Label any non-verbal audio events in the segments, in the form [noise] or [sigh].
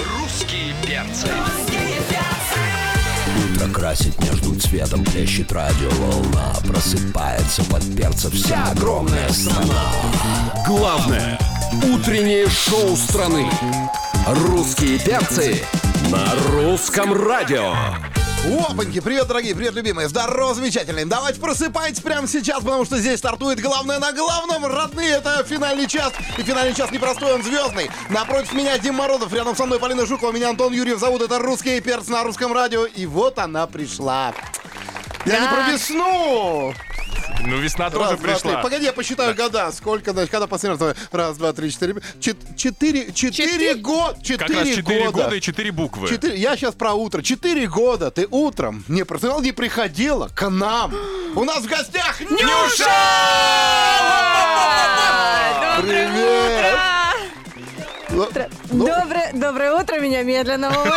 Русские перцы. Утро красит между цветом, плещет радиоволна Просыпается под перца вся огромная страна Главное утреннее шоу страны. Русские перцы На русском радио. Опаньки, привет, дорогие, привет, любимые, здорово, замечательные. Давайте просыпайтесь прямо сейчас, потому что здесь стартует главное на главном. Родные, это финальный час, и финальный час непростой, он звездный. Напротив меня Дим Морозов, рядом со мной Полина Жукова, меня Антон Юрьев зовут, это «Русский перц» на русском радио. И вот она пришла. Я не про весну! Ну, весна Раз, два, тоже три. пришла. Погоди, я посчитаю года. Сколько, значит, когда последний раз? Раз, два, три, четыре. чет- Четыре, четыре года. Как раз 4 года. года и 4 буквы. Четыре- я сейчас про утро. Четыре года ты утром не просыпал, не приходила к нам. У нас в гостях Нюша! Привет! Ну, Доброе, доброе утро, меня медленно выводит.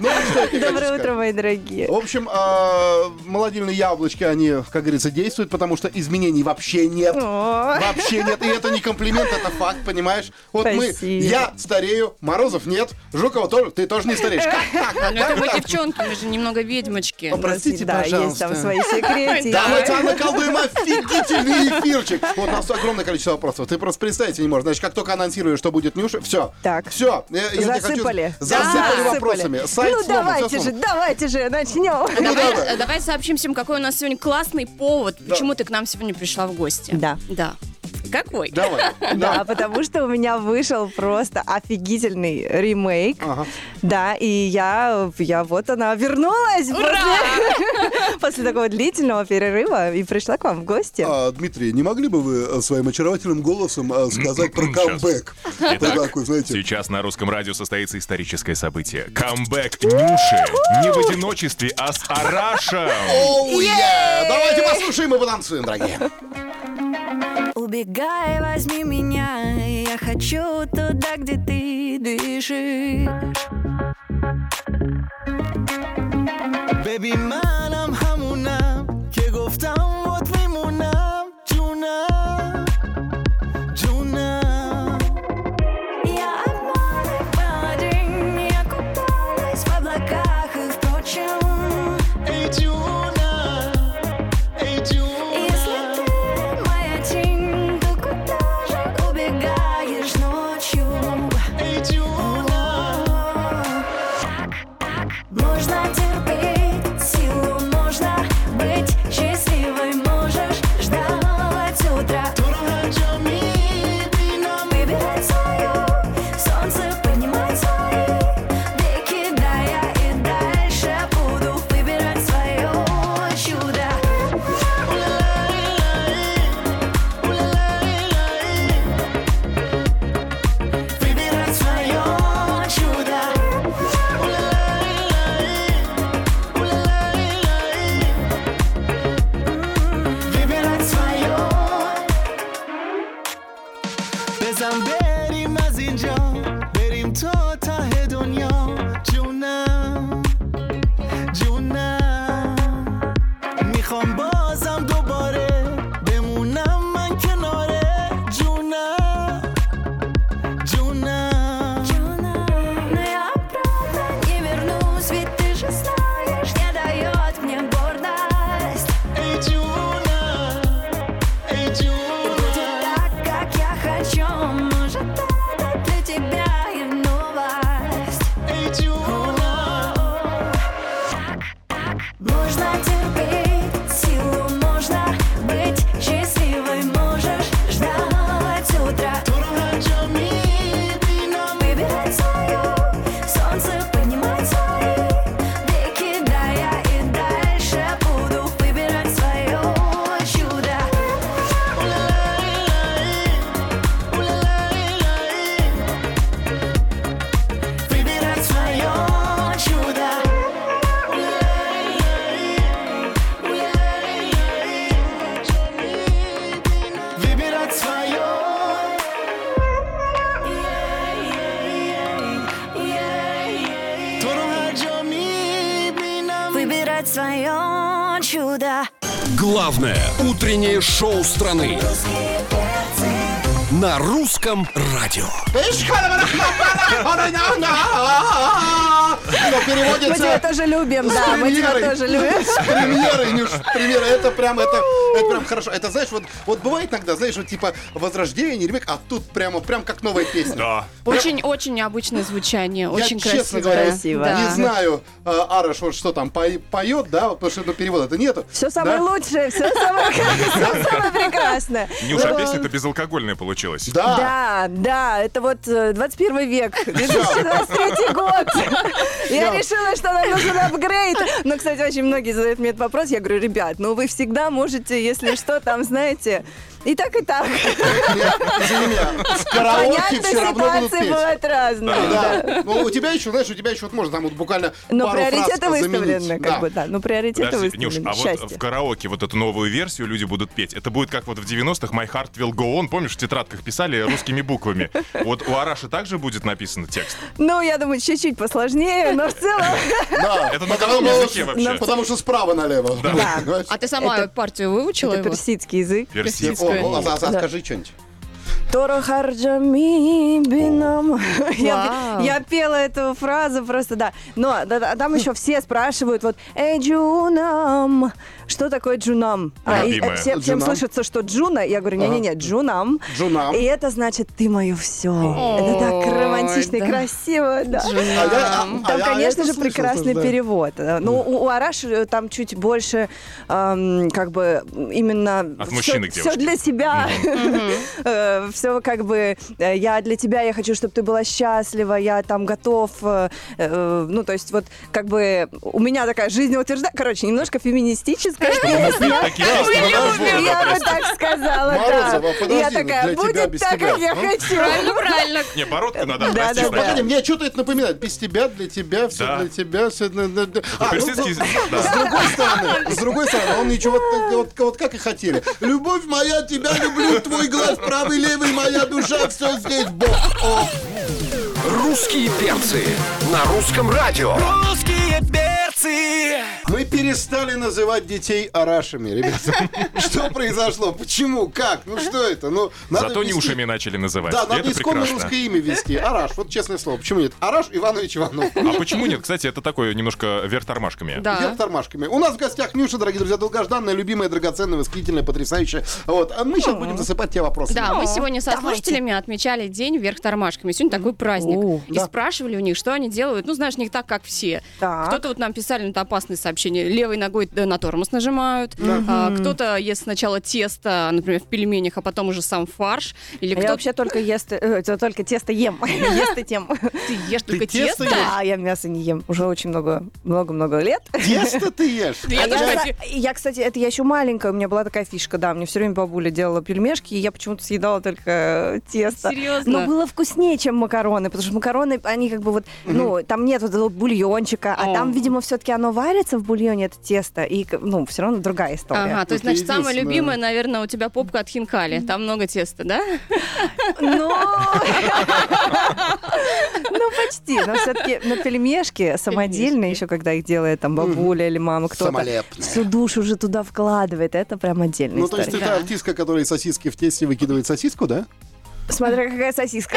ну, что я Доброе хочу утро, мои дорогие. В общем, а, молодильные яблочки, они, как говорится, действуют, потому что изменений вообще нет. О. Вообще нет. И это не комплимент, это факт, понимаешь? Вот мы, Спасибо. я старею, Морозов нет, Жукова тоже, ты тоже не стареешь. Как так? Ну, это мы девчонки, мы же немного ведьмочки. Ну, Простите, да, пожалуйста. есть там свои секретики. Давайте наколдуем офигительный эфирчик. Вот у нас огромное количество вопросов. Ты просто представить себе не можешь. Значит, как только анонсирую, что будет Нюша, Э, все. Так. Все. Засыпали. Засыпали Да, вопросами. засыпали. Сайт ну сломан, давайте всё же, сломано. давайте же, начнем. Ну, Давай, давай. э, давай сообщим всем, какой у нас сегодня классный повод, почему ты к нам сегодня пришла в гости. Да. Да. Какой? [laughs] Давай. Да, Да. потому что у меня вышел просто офигительный ремейк. Ага. Да, и я, я вот она вернулась после- после такого длительного перерыва и пришла к вам в гости. А, Дмитрий, не могли бы вы э, своим очаровательным голосом э, сказать про Щас. камбэк? Итак, Вы такой, знаете, Сейчас на русском радио состоится историческое событие. Камбэк Нюши не в одиночестве, а с Арашем. «Оу, е!» Давайте послушаем и потанцуем, [laughs] дорогие. Убегай, возьми меня, я хочу туда, где ты дышишь. ببین منم همونم که گفتم وات میمونم جونم جونم Я обманываю парень, я купалась в облаках и впрочем. ای جونم ای Если جونم ты моя тень, то куда же убегаешь ночью? ای جونم Можно терпеть силу, можно быть счастливой, можешь ждать утра. تو رو هر جا میبینم Выбирать свою, солнце поднимать свои веки, да я и дальше буду выбирать свое чудо. ببینم Твое чудо. ببینم Твое بزن بریم از اینجا بریم تا ته دنیا جونم جونم میخوام بازم دوباره بمونم من کناره جونم جونم чудо. Но я правда не вернусь, ведь ты же знаешь, не дает мне гордость. ای جونم ای جونم Так как я хочу, может это для тебя и новость. ای جونم Можно терпеть силу, можно быть счастливой, можешь ждать утра. تو رو هر جا میبینم Выбирать свою, солнце поднимать свои веки, да я и дальше буду выбирать свое чудо. Выбирать свое чудо. ببینم سایه تو رو هر جا میبینم Выбирать свое чудо. Главное утреннее шоу страны. На русском радио. Ишь, хана, бана, хана, бана, бана, Мы тебя сходятся тоже любим, с да, мы тебя премьерой. тоже любим. С премьерой, Нюш, с премьерой. Это прям, это, это прям хорошо. Это, знаешь, вот, вот бывает иногда, знаешь, вот типа возрождение, ремейк, а тут прямо, прям как новая песня. Да. Очень-очень необычное звучание, очень я, честно красиво. говоря, Красиво. Да. не знаю, э, Араш, вот что там по- поет, да, потому что ну, перевода-то нету. Все самое Да? лучшее, все самое, [laughs] всё самое прекрасное. Нюша, Ну, а песня-то безалкогольная получилась. Да. Да, да, это вот э, 21 [laughs] век, 2023 год. Я Всё. решила, что нам нужен апгрейд. Но, кстати, очень многие задают мне этот вопрос. Я говорю, ребят, ну вы всегда можете, если что, там, знаете, и так, и так. Нет, извини меня, в караоке Понятно, все равно будут ситуации петь. бывают разные. да. Да. Ну, у тебя еще, знаешь, у тебя еще вот можно там вот буквально Но пару фраз приоритеты выставлены, заменить. как Да. бы, да. Ну, приоритеты Подожди, Нюш, выставлены. а вот в Счастье. караоке вот эту новую версию люди будут петь. Это будет как вот в 90-х My Heart Will Go On. Помнишь, в тетрадках писали русскими буквами. Вот у Араши также будет написан текст. Ну, я думаю, чуть-чуть посложнее, но в целом... Да. Это на Потому каком что- языке вообще? Потому что справа налево. Да. Понимаешь? А ты сама партию выучила Это его? персидский язык. Персидский. О, о, а- а Да. скажи что-нибудь. Торо харджами бином. Я, Вау. я пела эту фразу просто, да. Но да, да, там еще все спрашивают, вот, эй, Джунам, что такое Джунам? и, Любимая. э, все- всем Джунам. слышится, что Джуна, я говорю, не-не-не, Джунам. Джунам. И это значит, ты мое все. Это так романтично и да. красиво, да. А я- а- а Там, я- а я конечно это же, слышал прекрасный тоже, да. перевод. Ну, у, у Араши э, там чуть больше, эм, как бы, именно... От мужчины к Все девушке. для себя. [laughs] Все как бы, э, я для тебя, я хочу, чтобы ты была счастлива, я там готов. э, э, Ну, то есть вот, как бы, у меня такая жизнеутверждая... Короче, немножко феминистическая [laughs] песня. Такие песни да, надо было, да, Я бы просто. так сказала, Морозова, да. подожди, Я ну, для такая, тебя, будет без так, тебя». как я Ну. [laughs] хочу. Правильно. Не, бородку надо Да, отрастить. да, да. наверное. Погоди, мне что-то это напоминает. Без тебя, для тебя, все Да. для тебя, все... Персидский... да. А, ну, С другой стороны, с другой стороны, он ничего, вот, вот- вот как и хотели. Любовь моя, тебя люблю, твой глаз правый, левый, моя душа, все здесь, Бог. О, Русские перцы на русском радио. Русские перцы. Мы перестали называть детей арашами, ребята. [laughs] Что произошло? Почему? Как? Ну что это? Ну, надо Зато ввести- Нюшами начали называть. Да, И надо это исконно прекрасно. русское имя вести. Араш, вот честное слово. Почему нет? Араш Иванович Иванов. А почему нет? Кстати, это такое немножко вверх тормашками. Вверх Да. тормашками. У нас в гостях Нюша, дорогие друзья, долгожданная, любимая, драгоценная, восхитительная, потрясающая. Вот. А мы сейчас будем засыпать те вопросы. Да, мы сегодня со слушателями отмечали день вверх тормашками. Сегодня такой О, праздник. И да. спрашивали у них, что они делают. Ну, знаешь, не так, как все. Так. Кто-то вот нам писали на это опасные сообщения. Левой ногой э, на тормоз нажимают. А, Кто-то ест сначала тесто, например, в пельменях, а потом уже сам фарш. Или А Я кто-то вообще только ест, э, т- только тесто ем. [laughs] а Ест и тем. ты ешь только тесто. Да, я мясо не ем. Уже очень много, много-много лет. Тесто ты ешь. Да я А тоже, я, кстати, за- я, кстати, это я еще маленькая, у меня была такая фишка, да, мне все время бабуля делала пельмешки, и я почему-то съедала только э, тесто. Серьезно? Но было вкуснее, чем макароны, потому что макароны, они как бы вот, ну, там нет вот этого бульончика, а О. там, видимо, все-таки оно варится в бульоне, это тесто, и, к- ну, все равно другая история. Ага, то есть, Это значит, самое единственное. любимое, наверное, у тебя попка от хинкали. Там много теста, да? [laughs] Но... Ну, почти. Но все-таки на пельмешке самодельные, еще когда их делает там бабуля или мама, кто-то Самолепные. всю душу уже туда вкладывает. Это прям отдельная Ну, то есть история. ты та артистка, которая из сосиски в тесте выкидывает сосиску, да? Смотря какая [laughs] сосиска.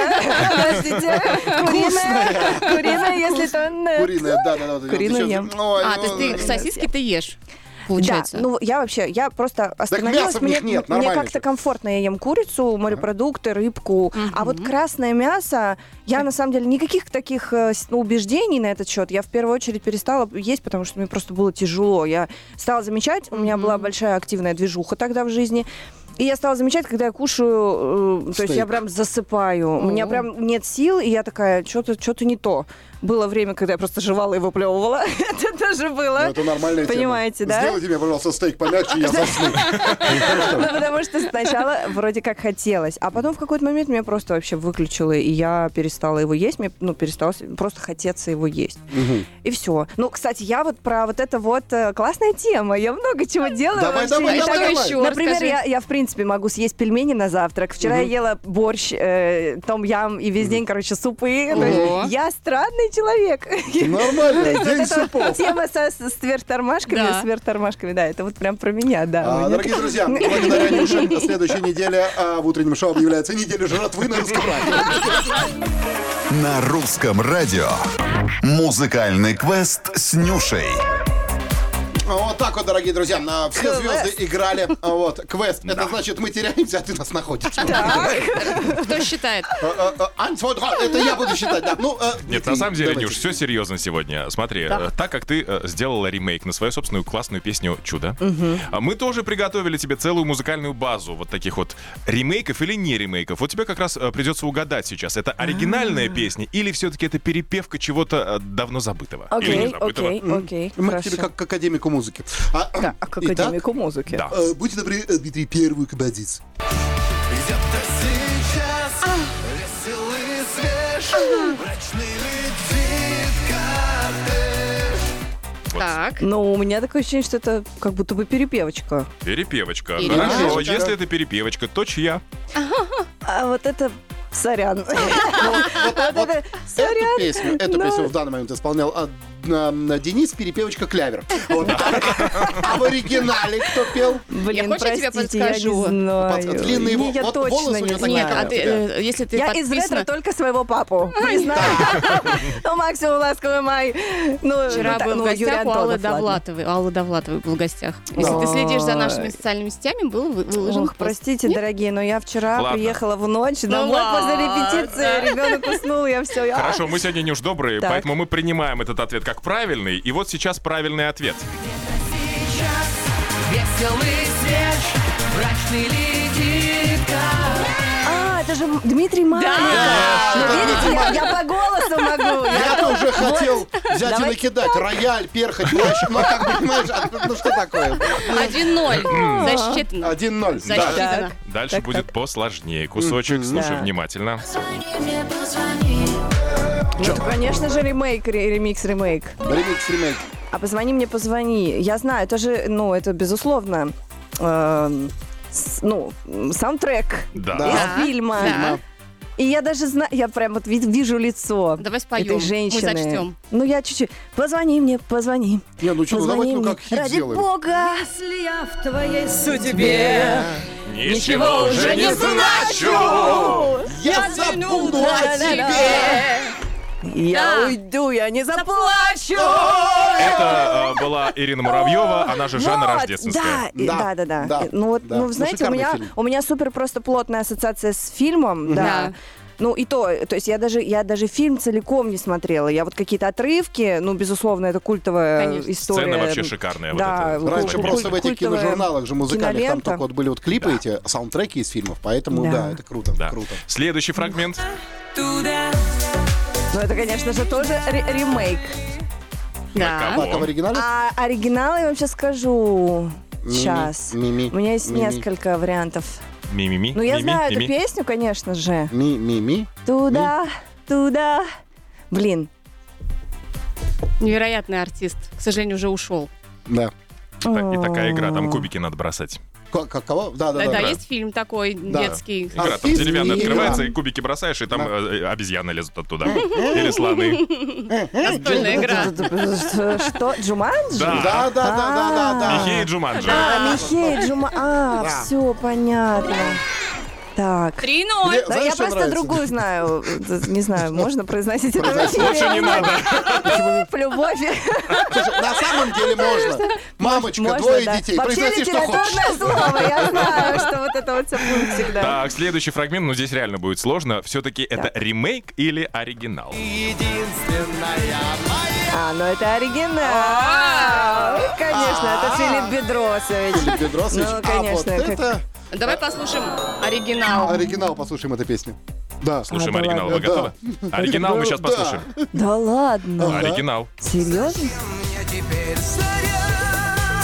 Подождите. Куриная. Куриная, если то... нет. Куриная, да, да, да. вот Куриную сейчас- ем. Ой, А, ну, то есть ты сосиски ты ешь, Да, получается. ну я вообще, я просто остановилась, мяса в мне, них нет, мне нормально как-то всё. комфортно, я ем курицу, морепродукты, рыбку, а вот красное мясо, я на самом деле никаких таких э, с- ну, убеждений на этот счет, я в первую очередь перестала есть, потому что мне просто было тяжело, я стала замечать, у меня была большая активная движуха тогда в жизни, и я стала замечать, когда я кушаю, э, то есть я Стейк. прям засыпаю, у меня прям нет сил, и я такая, что-то что-то не то. Было время, когда я просто жевала и выплевывала. [laughs] Это тоже было. Ну, это нормальная тема. Понимаете, да? Сделайте мне, пожалуйста, стейк помягче, я засну. Ну, потому что сначала вроде как хотелось, а потом в какой-то момент меня просто вообще выключило, и я перестала его есть, мне, ну, перестала с- просто хотеться его есть. И все. Ну, кстати, я вот про вот это вот э, классная тема, я много чего делаю. Давай, вообще. давай, И давай, так, давай. Что еще? Например, Расскажи. я, я, в принципе, могу съесть пельмени на завтрак. Вчера я ела борщ, э, том-ям и весь день, короче, супы. То есть Ого. Я странный человек. То Нормально, есть день вот эта вот супов. Тема со, с с вертормашками, Да. с вертормашками, да, это вот прям про меня, да. у А, меня дорогие друзья, благодаря Нюше на следующей неделе а, в утреннем шоу объявляется неделя жратвы на русском радио. На русском радио. Музыкальный квест с Нюшей. Вот так вот, дорогие друзья, на все Квест. звезды играли. а, Вот, квест. Это значит, мы теряемся, а ты нас находишь. [laughs] Кто считает? Э, э, э, Eins, zwei, drei. Это я буду считать, да. Ну, э, Нет, на самом деле, давайте. Нюш, все серьезно сегодня. Смотри, Так. э, так как ты э, сделала ремейк на свою собственную классную песню «Чудо», а мы тоже приготовили тебе целую музыкальную базу вот таких вот ремейков или не ремейков. Вот тебе как раз э, придется угадать сейчас, это А. оригинальная песня или все-таки это перепевка чего-то э, давно забытого. Или не Окей, забытого. окей, окей. Мы к хорошо. тебе как к академику музыки. А, Да, а как итак, академику музыки. Да. э, Будьте добры, э, Дмитрий, первую композицию. Где-то сейчас весел и свеж Мрачный летит коттедж Так. Но Ну, у меня такое ощущение, что это как будто бы перепевочка. Перепевочка. Перепевочка. Хорошо, если это перепевочка, то чья? А вот это... [laughs] Сорян. [laughs] Вот это Эту Сорян. песню, эту но- песню в данный момент исполнял а, на- на Денис, перепевочка Клявер. Вот. А в оригинале кто пел? Блин, хочешь, я тебе простите, я не подскажу? знаю. Под- длинные Не, во- я вот точно волосы у не нее такие Нет, знаю. а ты, э, если ты Я из ретро подписана... только своего папу, признаю. [laughs] Ну, Максимум ласковый май. Ну, Вчера ну, так, был в ну, Юрий гостях у Антонов, Аллы ладно. Довлатовой. Алла Довлатовой был в гостях. Если ты следишь за нашими социальными сетями, был вы- выложен Ох, пост. ну простите, Нет? дорогие, но я вчера Ладно. приехала в ночь домой после ладно. репетиции, ребенок уснул, я все. Хорошо, мы сегодня не уж добрые, Так. поэтому мы принимаем этот ответ как правильный. И вот сейчас правильный ответ. Сейчас весел и свеж Мрачный летит коттедж А, это же М- Дмитрий Малый. Ну, видите, я, я по голосу могу. Я тоже хотел взять и Давай. накидать рояль, перхоть, плащ. Ну, как понимаешь, а, ну что такое? 1-0. [clears throat] Засчитано. 1-0. да. Засчитано. Дальше Так, будет посложнее. Кусочек, слушай Да. внимательно. мне позвони. Ну, конечно же, ремейк, ре- ремикс, ремейк. Ремикс, ремейк. А позвони мне, позвони. Я знаю, это же, ну, это безусловно. эм, с- ну, м, саундтрек Да. Да. из фильма. Да. И я даже знаю, я прям вот ви- вижу лицо Давай споем. этой Мы женщины. зачтем. ну, я чуть-чуть. Позвони мне, позвони. Не, ну что, давайте позвони ну мне. как хит Ради сделаем. бога. Если я в твоей Судьбе Ничего уже не значу. Я забуду о тебе. Я уйду, я не заплачу. Это э, была Ирина Муравьева, она же Жанна Вот, Рождественская. Да, и- Да, да, да, да. да, И- Ну вот, да. ну Ну, знаете, у шикарный меня фильм. у меня супер просто плотная ассоциация с фильмом, Да. да. Ну и то, то есть я даже я даже фильм целиком не смотрела, я вот какие-то отрывки, ну безусловно это культовая Конечно. история. Сцена вообще шикарная. вот Да, эта. вот Раньше Куль- просто в куль- этих культовая киножурналах же музыкальных там кинолента. только вот были вот клипы эти, саундтреки из фильмов, поэтому Да. да, это круто, Да. круто. Следующий фрагмент. Туда Ну это конечно же тоже ре- ремейк. Да. Так, а в оригинале? А оригинал я вам сейчас скажу. Сейчас. Ми-ми. У меня есть Ми-ми. несколько вариантов. Ми-ми-ми. Ну я ми-ми, знаю эту ми-ми. песню, конечно же. Ми-ми-ми. Туда, туда. Блин. Невероятный артист. К сожалению, уже ушел. Да. Та- И такая игра, там кубики надо бросать. Ко- ко- Кого? Да, да, Да, да, да. есть фильм такой Да. детский. А, Игра там Артист деревянная и игра. открывается, и кубики бросаешь, и там э, обезьяны лезут оттуда. Или слоны. Настольная игра. Что? Джуманджи? Да. Да, да, да, да, да, Михей и да. Джуманджи. А, Михей, Джума... А, все понятно. Так. 3-0. Да, я Знаешь, что просто нравится? другую знаю. Э, Не знаю, можно произносить это в эфире? Лучше не надо. Любовь. Слушай, на самом деле можно. Мамочка, Можно, двое да. детей, Вообще произноси, что хочешь. литературное слово. Я знаю, что вот это вот все будет всегда. Так, следующий фрагмент, ну здесь реально будет сложно. Все-таки это ремейк или оригинал? единственная А, ну это оригинал. Конечно, это Филипп Бедросович. Филипп Бедросович. Ну, а вот конечно, как- это Давай послушаем оригинал. оригинал, послушаем эту песню. Да. Слушаем да оригинал. Да. Вы готовы? Оригинал мы сейчас Да. послушаем. Да ладно. Оригинал. Серьезно?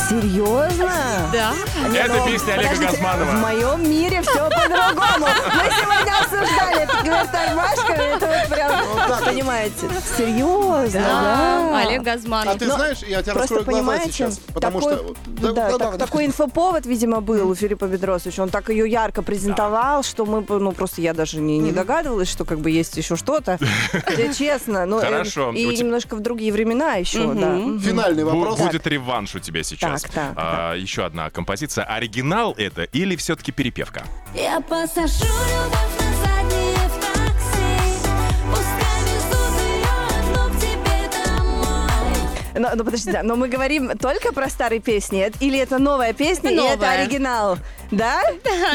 Серьезно? Да. Это Но, песня Олега подождите, В Газманова. моем мире все по-другому. Мы сегодня обсуждали это говорит Таймашка, это вот прям, понимаете, серьезно, да. Олег А Газманов. ты Но знаешь, я тебе Просто раскрою глаза понимаете, сейчас. Потому такой, что... да, так- такой инфоповод, видимо, был у Филиппа Бедросовича. Он так ее ярко презентовал, что мы, ну просто я даже не, не догадывалась, что как бы есть еще что-то. Да, Честно, ну э, Хорошо, и у тебя- немножко в другие времена еще, да. Финальный Бу- вопрос. Будет реванш у тебя сейчас. Так, так, А, Еще одна композиция. Оригинал это или все-таки [laughs] перепевка? Я посажу любовь на заднее в такси Пускай везут ее одну к тебе Но, ну, подожди, да, но мы говорим только про старые песни, это- или это новая песня, Это и это новая. оригинал, да?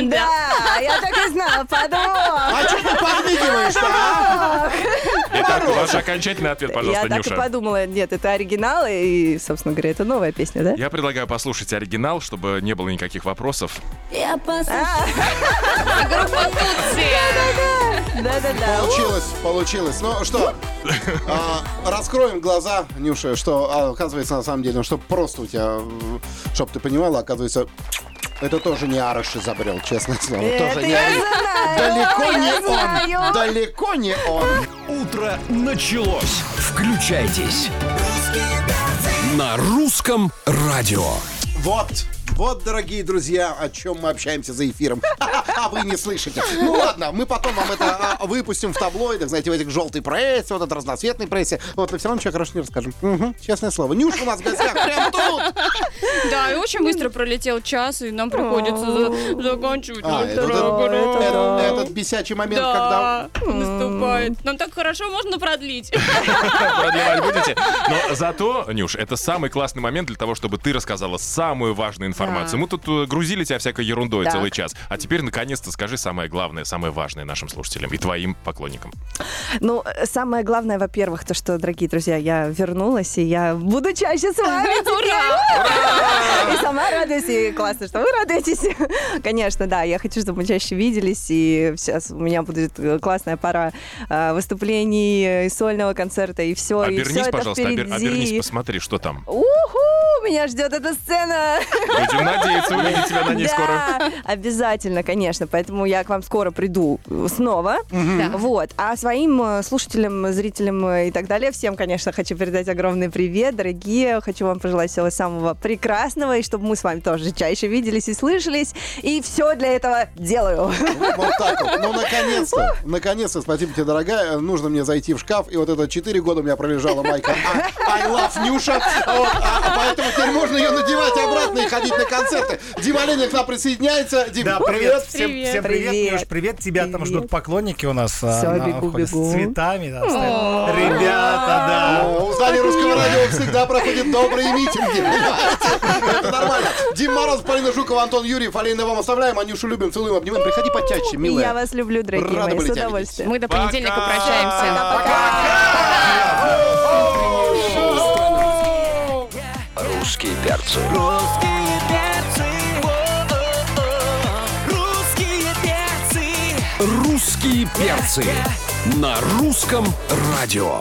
Да, я так и знала, подвох. А что ты подмигиваешь-то, а? Итак, ваш окончательный ответ, Я пожалуйста, так и Нюша. подумала, нет, это оригинал, и, собственно говоря, это новая песня, да? Я предлагаю послушать оригинал, чтобы не было никаких [laughs] вопросов. Я послушаю. Да-да-да. Получилось, получилось. Ну что, а, раскроем глаза, Нюша, что а, оказывается на самом деле, ну, что просто у тебя, чтобы ты понимала, оказывается, это тоже не Арыш изобрел, честное слово. Это тоже не я Арыш. знаю, Далеко я не он. знаю. Далеко не он. Утро началось. Включайтесь. На русском радио. Вот. Вот, дорогие друзья, о чем мы общаемся за эфиром. А вы не слышите. Ну ладно, мы потом вам это а, выпустим в таблоидах, знаете, в этих желтой прессе, вот этот разноцветной прессе. Вот, мы все равно ничего хорошего не расскажем. Мгм, честное слово. Нюша у нас в гостях прямо тут. Да, и очень быстро пролетел час, и нам приходится за- заканчивать. А, наш это вот программ. этот, этот- этот бесячий момент, Да, наступает. Нам так хорошо можно продлить. Продлевать будете? Но зато, Нюш, это самый классный момент для того, чтобы ты рассказала самую важную информацию. Мы тут э, грузили тебя всякой ерундой Так. целый час. А теперь, наконец-то, скажи самое главное, самое важное нашим слушателям и твоим поклонникам. Ну, э, самое главное, во-первых, то, что, дорогие друзья, я вернулась, и я буду чаще с вами. теперь. И сама радуюсь, и классно, что вы радуетесь. Конечно, да, я хочу, чтобы мы чаще виделись, и сейчас у меня будет э, классная пара э, выступлений, э, и сольного концерта, и все, и все Обернись, это пожалуйста, обер- впереди. обернись, посмотри, что [laughs] там. Уху! Меня ждет эта сцена! Будем надеяться увидеть тебя на ней скоро. Да, обязательно, конечно. Поэтому я к вам скоро приду э, снова. Да. Вот. А своим э, слушателям, э, зрителям э, и так далее, всем, конечно, хочу передать огромный привет, дорогие. Хочу вам пожелать всего самого прекрасного, и чтобы мы с вами тоже чаще виделись и слышались. И все для этого делаю. когда... Вот так вот. Ну, наконец-то. Наконец-то. Спасибо тебе, дорогая. Нужно мне зайти в шкаф. И вот это 4 года у меня пролежала майка. А, I love Нюша. Вот. А, а поэтому теперь можно ее надевать обратно и ходить на концерты. Дима Ленин к нам присоединяется. Дим, Да, привет, всем, Привет. всем привет, Привет. Миш, привет, тебя там Привет. ждут поклонники у нас а, Всё, на бегу, входе с бегу. цветами, да, стоят. ребята, да. О, А, У здания русского радио всегда проходят добрые митинги. понимаете? Это нормально. Дим Мороз, Полина Жукова, Антон Юрьев, Алина вам оставляем, Анюшу любим, целуем, обнимаем. Приходи почаще, И милая. я вас люблю, дорогие Рада мои, были с тебя видеть. удовольствием. Мы до понедельника прощаемся. Русские перцы. Русские перцы, О-о-о. русские перцы. Русские перцы. На русском радио.